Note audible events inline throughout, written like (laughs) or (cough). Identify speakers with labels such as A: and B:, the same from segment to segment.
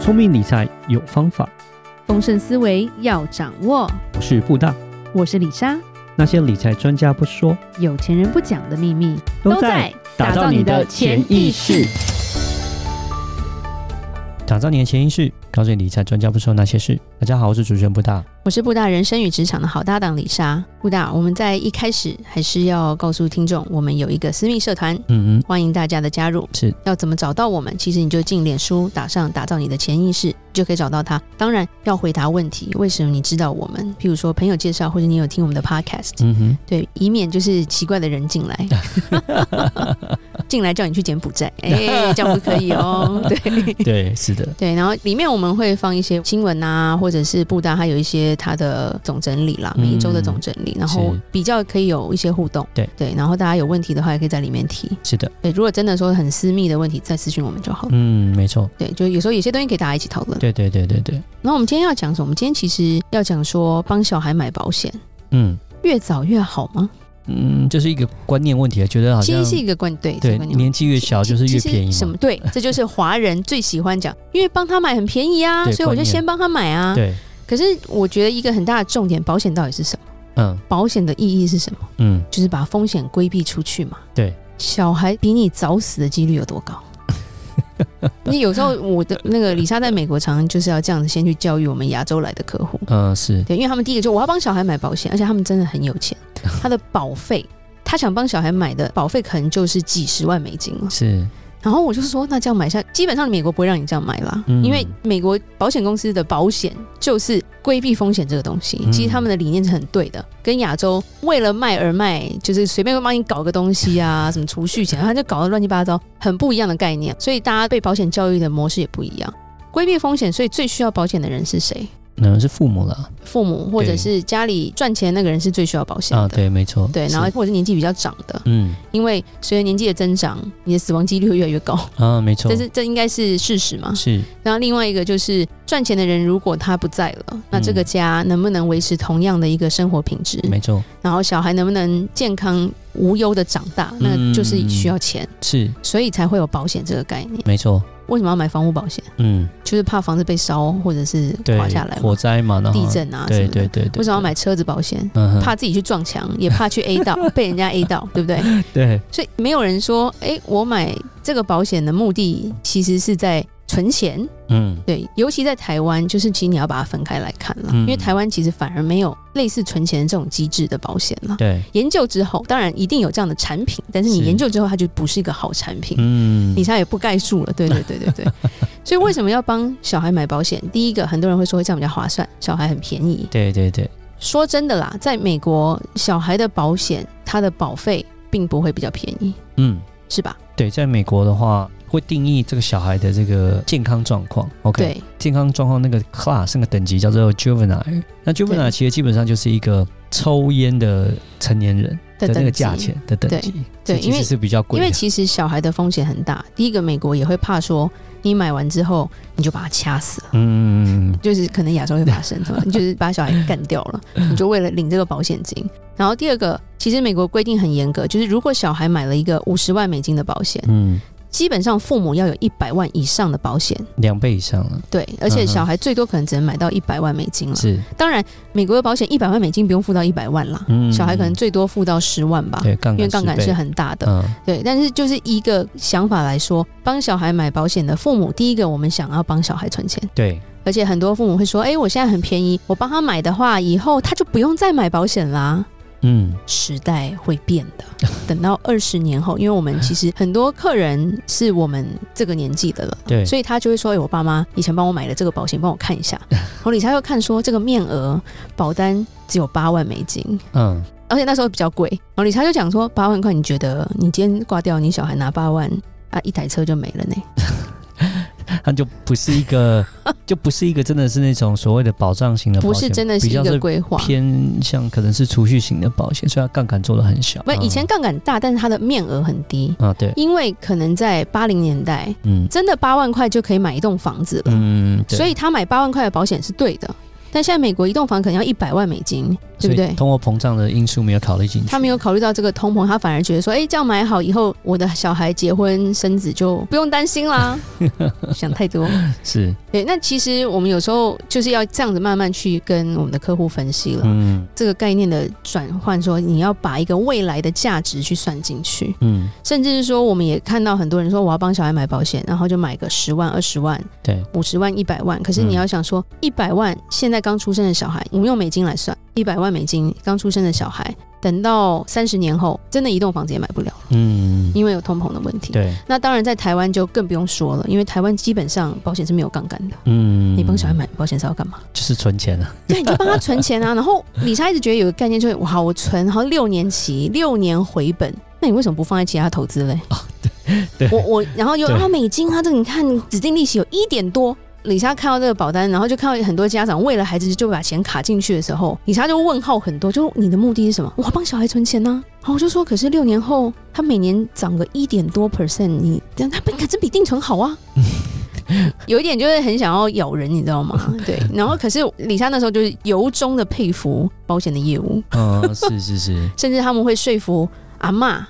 A: 聪明理财有方法，
B: 丰盛思维要掌握。
A: 我是布大。
B: 我是李莎，
A: 那些理财专家不说，
B: 有钱人不讲的秘密
A: 打造你的潜意识。。打造你的潜意识，告诉你理财专家不说那些事。大家好，我是主持人布大。
B: 我是布大人生与职场的好搭档李莎。布大，我们在一开始还是要告诉听众，我们有一个私密社团，
A: 嗯嗯，
B: 欢迎大家的加入。
A: 是
B: 要怎么找到我们？其实你就进脸书打上“打造你的潜意识”，你就可以找到它。当然要回答问题，为什么你知道我们？譬如说朋友介绍，或者你有听我们的 podcast，、
A: 嗯
B: 对，以免就是奇怪的人进
A: (laughs)
B: 来，
A: 哼，
B: 进来叫你去柬埔寨，哎、这样不可以
A: (laughs)
B: 哦。对。
A: (laughs) 对，是的，
B: 对，然后里面我们会放一些新闻啊，或者是布达它有一些它的总整理啦，
A: 嗯
B: 每一周的总整理，然后
A: 是
B: 比较可以有一些互动。
A: 对
B: 对，然后大家有问题的话，也可以在里面提。
A: 是的，
B: 对，如果真的说很私密的问题，再私讯我们就好了。
A: (laughs) 嗯，没错，
B: 对，就有时候有些东西可以大家一起讨论。
A: 对对对对对，
B: 然后我们今天要讲什么？我们今天其实要讲说帮小孩买保险，
A: 嗯
B: 越早越好吗？
A: 嗯，就是一个观念问题，觉得好
B: 其
A: 像
B: 实是一个观对，这
A: 对
B: 个观念
A: 年纪越小就是越
B: 其实
A: 便宜
B: 什
A: 嘛
B: 么，对，这就是华人最喜欢讲，因为帮他买很便宜啊，
A: 对
B: 所以我就
A: 观念
B: 先帮他买啊。
A: 对，
B: 可是我觉得一个很大的重点，保险到底是什么？
A: 嗯
B: 保险的意义是什么？
A: 嗯，
B: 就是把风险规避出去嘛。
A: 对，
B: 小孩比你早死的几率有多高？ (laughs) 你有时候我的那个李莎在美国，常常就是要这样子先去教育我们亚洲来的客户，
A: 呃是，
B: 对，因为他们第一个就我要帮小孩买保险，而且他们真的很有钱，他的保费，他想帮小孩买的保费可能就是几十万美金了。
A: 是，
B: 然后我就说，那这样买下，基本上美国不会让你这样买啦，
A: 嗯
B: 因为美国保险公司的保险就是规避风险这个东西，
A: 嗯
B: 其实他们的理念是很对的，跟亚洲为了卖而卖，就是随便帮你搞个东西啊，什么储蓄险，他就搞得乱七八糟，很不一样的概念，所以大家对保险教育的模式也不一样。规避风险，所以最需要保险的人是谁？
A: 可嗯能是父母了
B: 父母或者
A: 对
B: 是家里赚钱那个人是最需要保险的。
A: 啊，对，没错，
B: 对，然后
A: 是
B: 或者是年纪比较长的，
A: 嗯
B: 因为随着年纪的增长，你的死亡几率会越来越高。
A: 啊，没错
B: 这，是嗯这应该是事实嘛？
A: 是
B: 然后另外一个就是赚钱的人，如果他不在了，那这个家能不能维持同样的一个生活品质？
A: 嗯没错，
B: 然后小孩能不能健康无忧的长大？那
A: 嗯
B: 就是需要钱，
A: 是
B: 所以才会有保险这个概念。
A: 没错，
B: 为什么要买房屋保险？
A: 嗯，
B: 就是怕房子被烧或者是
A: 对
B: 垮下来，嘛
A: 火，灾嘛，然后
B: 地，震啊什
A: 对
B: 么
A: 对
B: 的。
A: 对对，
B: 为什么要
A: 对？
B: 买车子保险？
A: 嗯哼，
B: 怕自己去撞墙，也怕去 A
A: (laughs)
B: 到被人家 A 到，对不对？
A: 对，
B: 所以没有人说，哎、我买这个保险的目的其实是在存钱，
A: 嗯
B: 对，尤其在台湾，就是其实你要把它分开来看了，
A: 嗯
B: 因为台湾其实反而没有类似存钱这种机制的保险了。
A: 对，
B: 研究之后，当然一定有这样的产品，但是你
A: 是
B: 研究之后，它就不是一个好产品。
A: 嗯
B: 李莎也不概述了，对对对
A: (laughs)
B: 对对。所以为什么要帮小孩买保险？第一个，很多人会说这样比较划算，小孩很便宜。
A: 对对对，
B: 说真的啦，在美国，小孩的保险它的保费并不会比较便宜，
A: 嗯。
B: 是吧？
A: 对，在美国的话，会定义这个小孩的这个健康状况。OK，
B: 对，
A: 健康状况那个 class 那个等级叫做 juvenile。那 juvenile
B: 对
A: 其实基本上就是一个抽烟的成年人的那
B: 等
A: 个
B: 级
A: 价钱的等级，
B: 对
A: 这其
B: 因为
A: 实是比较贵啊
B: 因
A: 的。
B: 为其实小孩的风险很大。第一个，美国也会怕说你买完之后你就把他掐死了，
A: 嗯，
B: 就是可能亚洲会发生，
A: (laughs)
B: 对吧？你就是把小孩干掉了，你就为了领这个保险金。然后第二个，其实美国规定很严格，就是如果小孩买了一个五十万美金的保险，
A: 嗯，
B: 基本上父母要有一百万以上的保险，
A: 两倍以上了，
B: 对，而且
A: 嗯哼
B: 小孩最多可能只能买到一百万美金了。
A: 是。
B: 当然，美国的保险一百万美金不用付到一百万啦，
A: 嗯，
B: 小孩可能最多付到十万吧，
A: 对杠
B: 啊因
A: 杆
B: 为杠杆
A: 10倍
B: 是很大的。
A: 嗯，
B: 对，但是就是一个想法来说，帮小孩买保险的父母，第一个我们想要帮小孩存钱，
A: 对，
B: 而且很多父母会说：“哎、我现在很便宜，我帮他买的话，以后他就不用再买保险啦。”
A: 嗯，
B: (laughs) 时代会变 (laughs) 的，等到二十年后，因为我们其实很多客人是我们这个年纪的了，
A: 对
B: 所以他就会说：“哎、我爸妈以前帮我买了这个保险，帮我看一下。”然后李莎又看说这个面额保单只有八万美金，
A: 嗯，
B: 而且那时候比较贵。然后理查就讲说，八万块，你觉得你今天挂掉，你小孩拿八万啊，一台车就没了呢？
A: 它就不是一
B: (laughs)
A: 个，就不是一个真的是那种所谓的保障型的保险，
B: 不是真的是
A: 呃比
B: 一
A: 较
B: 个
A: 是
B: 规划。
A: 偏向可能是储蓄型的保险，所以它杠杆做的很小。
B: 不，以前
A: 嗯
B: 杠杆大，但是它的面额很低，
A: 啊，对，
B: 因为可能在八零年代， (laughs)
A: 嗯
B: 真的八万块就可以买一栋房子了，
A: 嗯，对
B: 所以他买八万块的保险是对的。但现在美国一栋房可能要一百万美金，对不对
A: 所以通货膨胀的因素没有考虑进去。
B: 他没有考虑到这个通膨，他反而觉得说，哎、这样买好以后，我的小孩结婚生子就不用担
A: (laughs)
B: 心啦。想太多。
A: 是，
B: 对，那其实我们有时候就是要这样子慢慢去跟我们的客户分析了、
A: 嗯
B: 这个概念的转换说，你要把一个未来的价值去算进去，
A: 嗯，
B: 甚至是说，我们也看到很多人说，我要帮小孩买保险，然后就买个十万、二十万、
A: 对，
B: 五十万、一百万。可是
A: 嗯
B: 你要想说，一百万现在刚出生的小孩，我们用美金来算，一百万美金刚出生的小孩，等到三十年后，真的一栋房子也买不了了，
A: 嗯，
B: 因为有通膨的问题。
A: 对，
B: 那当然，在台湾就更不用说了，因为台湾基本上保险是没有杠杆的。
A: 嗯，
B: 你帮小孩买保险是要干嘛？
A: 就是存钱啊，
B: (laughs) 对，你就帮他存钱啊。然后李莎一直觉得有个概念就是，哇，我存，然后六年期，六年回本。那你为什么不放在其他投资嘞？
A: 对
B: 我我，然后又
A: 对
B: 啊，美金啊，这个你看指定利息有一点多。李莎看到这个保单，然后就看到很多家长为了孩子就把钱卡进去的时候，李莎就问号很多，就你的目的是什么？我要帮小孩存钱呢、然后我就说，可是六年后他每年涨个一点多 percent，你这样他本可真比定存好啊。有一点就是很想要咬人，你知道吗？对，然后可是李莎那时候就是由衷的佩服保险的业务，
A: 嗯，是是是，
B: 甚至他们会说服阿嬷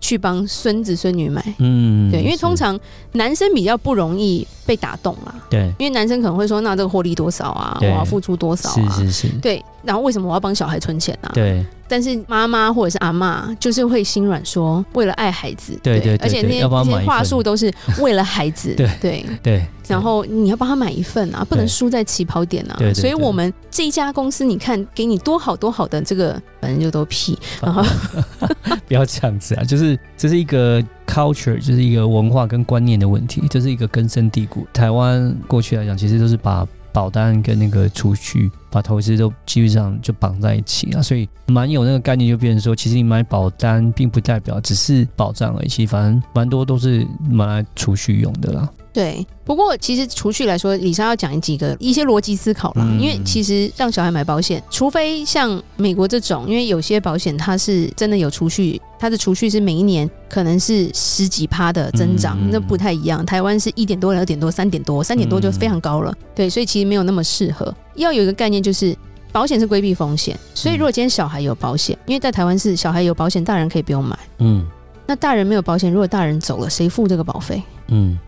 B: 去帮孙子孙女买。
A: 嗯，
B: 对，因为
A: 是
B: 通常男生比较不容易被打动啦，
A: 对，
B: 因为男生可能会说，那这个获利多少啊？我
A: 对
B: 要付出多少
A: 是
B: 啊？
A: 是是，
B: 对，然后为什么我要帮小孩存钱啊？
A: 对
B: 但是妈妈或者是阿嬷就是会心软说，为了爱孩子，
A: 对对对
B: 而且那
A: 对
B: 些
A: 要帮
B: 那
A: 他买
B: 些
A: 一份
B: 话术都是为了孩
A: (laughs)
B: 子，
A: 对
B: 对，
A: 对，
B: 然后你要帮他买一份啊，不能
A: 对
B: 输在起跑点啊。
A: 对对对
B: 所以我们这一家公司，你看给你多好多好的这个，反正就都屁。然后
A: (laughs) 不要这样子啊！就是这是一个 culture，就是一个文化跟观念的问题，这是一个根深蒂固。台湾过去来啊讲，其实都是把保单跟那个储蓄、把投资都基本上就绑在一起啊，所以蛮有那个概念，就变成说，其实你买保单并不代表只是保障而已，其实反正蛮多都是拿来储蓄用的啦。
B: 对，不过其实除去来说，李莎要讲几个一些逻辑思考啦，
A: 嗯
B: 因为其实让小孩买保险，除非像美国这种，因为有些保险它是真的有储蓄，它的储蓄是每一年可能是十几趴的增长，
A: 嗯嗯嗯嗯
B: 那不太一样。台湾是一点多、两点多、三点多，三点多就非常高了，对，所以其实没有那么适合。要有一个概念就是。保险是规避风险，所以如果今天小孩有保险，因为在台湾是小孩有保险，大人可以不用买。
A: 嗯
B: 那大人没有保险，如果大人走了，谁付这个保费？
A: 嗯，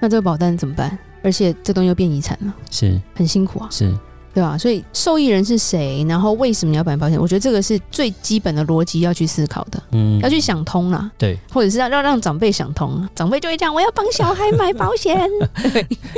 B: 那这个保单怎么办？而且这东西又变遗产了，
A: 是
B: 很辛苦啊，
A: 是，
B: 对吧、所以受益人是谁，然后为什么你要买保险？我觉得这个是最基本的逻辑要去思考的，
A: 嗯，
B: 要去想通啦，
A: 对，
B: 或者是要让让长辈想通啊，长辈就会讲我要帮小孩买
A: (laughs)
B: 保险，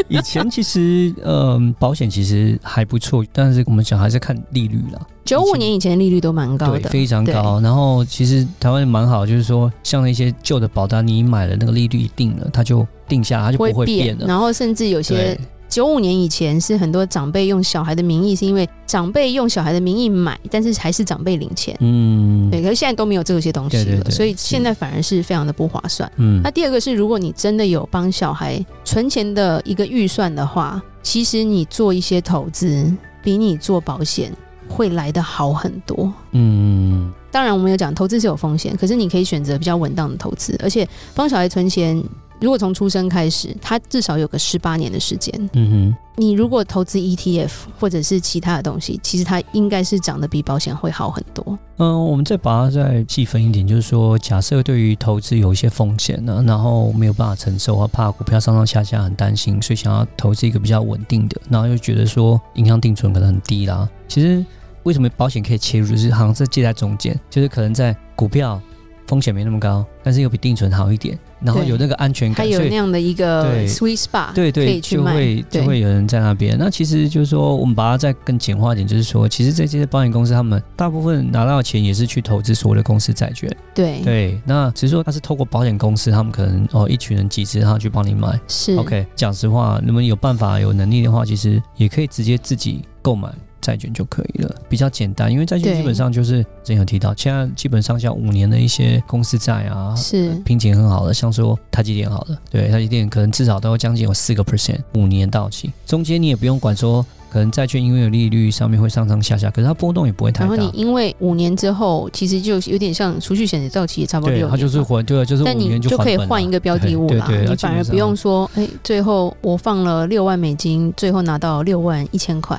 A: 以前其实，嗯，保险其实还不错，但是我们讲还是看利率啦。
B: 九五年以前利率都蛮高
A: 对，
B: 的，
A: 非常高。然后其实台湾蛮好，就是说像那些旧的保单，你买了那个利率一定了，它就定下来，它就不会变了。
B: 然后甚至有些
A: 对
B: 九五年以前是很多长辈用小孩的名义，是因为长辈用小孩的名义买，但是还是长辈领钱。
A: 嗯，
B: 对，可是现在都没有这些东西了，
A: 对对对
B: 所以
A: 是
B: 现在反而是非常的不划算。
A: 嗯
B: 那，第二个是，如果你真的有帮小孩存钱的一个预算的话，其实你做一些投资，比你做保险会来得好很多。
A: 嗯，
B: 当然，我们有讲投资是有风险，可是你可以选择比较稳当的投资，而且帮小孩存钱，如果从出生开始，他至少有个十八年的时间。
A: 嗯
B: 你如果投资 ETF 或者是其他的东西，其实它应该是涨得比保险会好很多。
A: 哼，嗯，我们再把它再细分一点，就是说，假设对于投资有一些风险呢、然后没有办法承受啊，怕股票上上下下很担心，所以想要投资一个比较稳定的，然后又觉得说银行定存可能很低啦。其实为什么保险可以切入，就是好像是介在中间，就是可能在股票风险没那么高，但是又比定存好一点，然后
B: 对
A: 有那个安全
B: 它
A: 感，
B: 有
A: 所
B: 那
A: 以
B: 样的一个
A: 对
B: sweet spot，
A: 对
B: 啊可
A: 对，
B: 以去
A: 就
B: 卖，
A: 会就
B: 对
A: 会有人在那边。那其实就是说，我们把它再更简化一点，就是说，其实这些保险公司他们大部分拿到的钱也是去投资所谓的公司债券，
B: 对
A: 对。那只是说他是透过保险公司，他们可能哦一群人集资，然后去帮你买。
B: 是
A: OK，讲实话，你们有办法、有能力的话，其实也可以直接自己购买债券就可以了，比较简单。因为债券
B: 对
A: 基本上就是之前有提到，现在基本上像五年的一些公司债啊，
B: 是
A: 瓶颈很好的，像说台积电好了，对台积电可能至少都将近有四个 percent 五年到期，中间你也不用管说可能债券因为有利率上面会上上下下，可是它波动也不会太
B: 然后你
A: 大。
B: 因为五年之后，其实就有点像储蓄险的到期也差不多
A: 对
B: 六，年
A: 它
B: 嘛，
A: 就是还，对，啊就是五
B: 但你
A: 年
B: 就
A: 还
B: 可以
A: 本
B: 换
A: 了
B: 一个标的物
A: 对
B: 啦，
A: 对对
B: 你
A: 基本
B: 反而
A: 上
B: 不用说，哎、最后我放了六万美金，最后拿到六万一千
A: (laughs)
B: 块，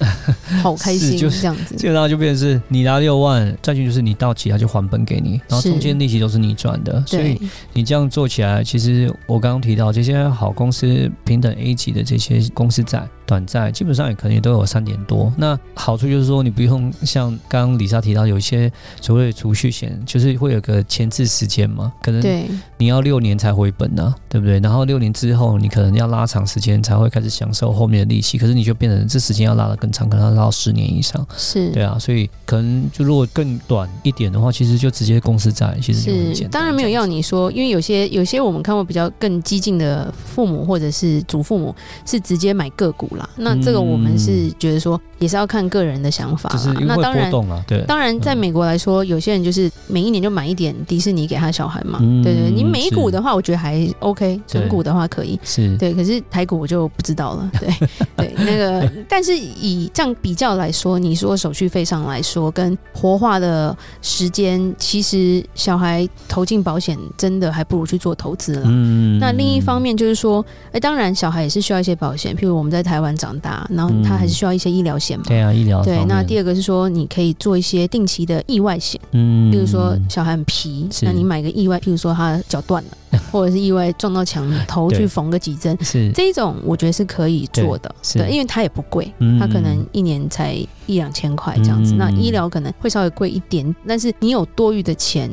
B: 好开
A: 是
B: 心，
A: 就是
B: 这样子。
A: 基本啊上就变成是你拿六万，债券就是你到期它就还本给你，然后
B: 是
A: 中间利息都是你赚的，所以
B: 对，
A: 你这样做起来，其实我刚刚提到这些好公司平等 A 级的这些公司债、短债，基本上也可能也都有三点多。那好处就是说，你不用像刚刚李莎提到，有一些所谓的储蓄险，就是会有个前置时间嘛，可能
B: 对，
A: 你要六年才回本啊，对不对？然后六年之后，你可能要拉长时间才会开始享受后面的利息，可是你就变成这时间要拉得更长，可能要拉到十年以上。
B: 是。
A: 对啊，所以可能就如果更短一点的话，其实就直接公司债，其实就很
B: 是
A: 简，单。
B: 当然没有
A: 这样
B: 要
A: 子
B: 你说，因为有些有些我们看过比较更激进的父母或者是祖父母是直接买个股啦。那这个我们是觉得说也是要看个人的想法
A: 嗯就是因
B: 啦。
A: 为
B: 那当
A: 波
B: 然，
A: 动啊，对，
B: 当然在
A: 嗯
B: 美国来说，有些人就是每一年就买一点迪士尼给他小孩嘛。
A: 嗯
B: 对对，你美股
A: 是
B: 的话，我觉得还 OK，纯股的话可以。
A: 是
B: 对，可是台股我就不知道了。
A: (laughs)
B: 对对，那个，但是以这样比较来说，你说手续费上来说，跟活化的时间，其实小孩投进保险真的还不如去做投资了。
A: 嗯
B: 那另一方，面就是说，哎、当然小孩也是需要一些保险，譬如我们在台湾长大，然后他还
A: 嗯
B: 是需要一些医疗险嘛。
A: 对啊，医疗
B: 对，那第
A: 二，
B: 二个是说，你可以做一些定期的意外险。
A: 嗯
B: 比如说小孩很皮，
A: 是
B: 那你买个意外，譬如说他脚断
A: (laughs)
B: 了，或者是意外撞到墙头
A: 对
B: 去缝个几针，
A: 是
B: 这一种我觉得是可以做的，
A: 是
B: 对，因为它也不贵。
A: 嗯
B: 它可能一年才一两千块这样子，
A: 嗯
B: 那医疗可能会稍微贵一点，但是你有多余的钱，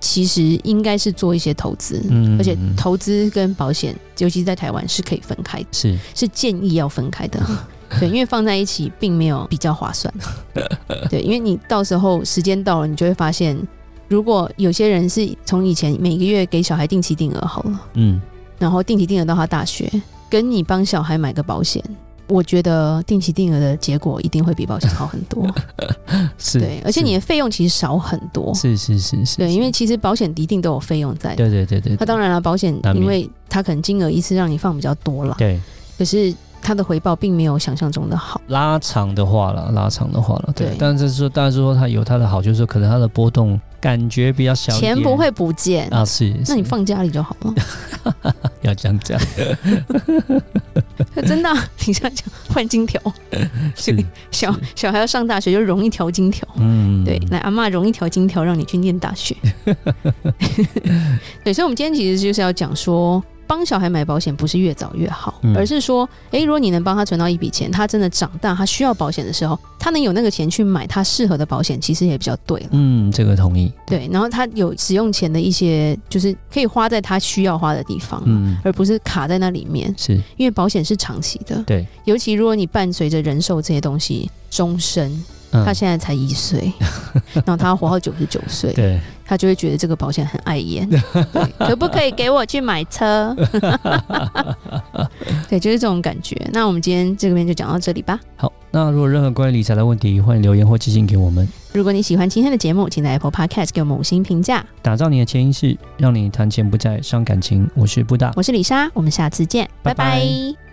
B: 其实应该是做一些投资，
A: 嗯
B: 而且
A: 嗯
B: 投资跟保险，尤其是在台湾是可以分开的，
A: 是
B: 是建议要分开的，对，因为放在一起并没有比较划算。对，因为你到时候时间到了，你就会发现，如果有些人是从以前每个月给小孩定期定额好了，
A: 嗯
B: 然后定期定额到他大学，跟你帮小孩买个保险。我觉得定期定额的结果一定会比保险好很
A: (laughs)
B: 多，
A: 是
B: 对，而且你的费用其实少很多，
A: 是是是是，
B: 对，
A: 是
B: 因为其实保险一定都有费用在，
A: 对对对对，
B: 那当然了，保险
A: 难免
B: 因为它可能金额一次让你放比较多啦，
A: 对
B: 可是它的回报并没有想象中的好。
A: 拉长的话了，拉长的话了，对
B: 对，
A: 但是说当然是说它有它的好，就是说可能它的波动感觉比较小一点，
B: 钱不会不见，
A: 啊，是，
B: 那你
A: 是
B: 放家里就好
A: (laughs)
B: 了。
A: 要这样
B: (laughs)
A: 讲，
B: 真的啊、你这样讲换金条，
A: 是
B: 小小孩要上大学就融一条金条。
A: 嗯，
B: 对，来阿嬷融一条金条让你去念大
A: (laughs)
B: 学。对，所以我们今天其实就是要讲说，帮小孩买保险不是越早越好，
A: 嗯
B: 而是说，诶，如果你能帮他存到一笔钱，他真的长大他需要保险的时候，他能有那个钱去买他适合的保险，其实也比较对了。
A: 嗯，这个同意，
B: 对，然后他有使用前的一些，就是可以花在他需要花的地方，
A: 嗯，
B: 而不是卡在那里面。
A: 是
B: 因为保险是长期的，
A: 对，
B: 尤其如果你伴随着人寿这些东西终身，
A: 嗯
B: 他现在才
A: (laughs)
B: 一岁，然后他要活到九十九岁，
A: 对，
B: 他就会觉得这个保险很碍眼，
A: (laughs)
B: 对可不可以给我去买车？ (laughs) 对，就是这种感觉。那我们今天这边就讲到这里吧。
A: 好，那如果任何关于理财的问题，欢迎留言或寄信给我们。
B: 如果你喜欢今天的节目，请在 Apple Podcast 给我们五星评价。
A: 打造你的潜意识，让你谈钱不再伤感情。我是布达，
B: 我是李莎，我们下次见，
A: 拜拜
B: 拜拜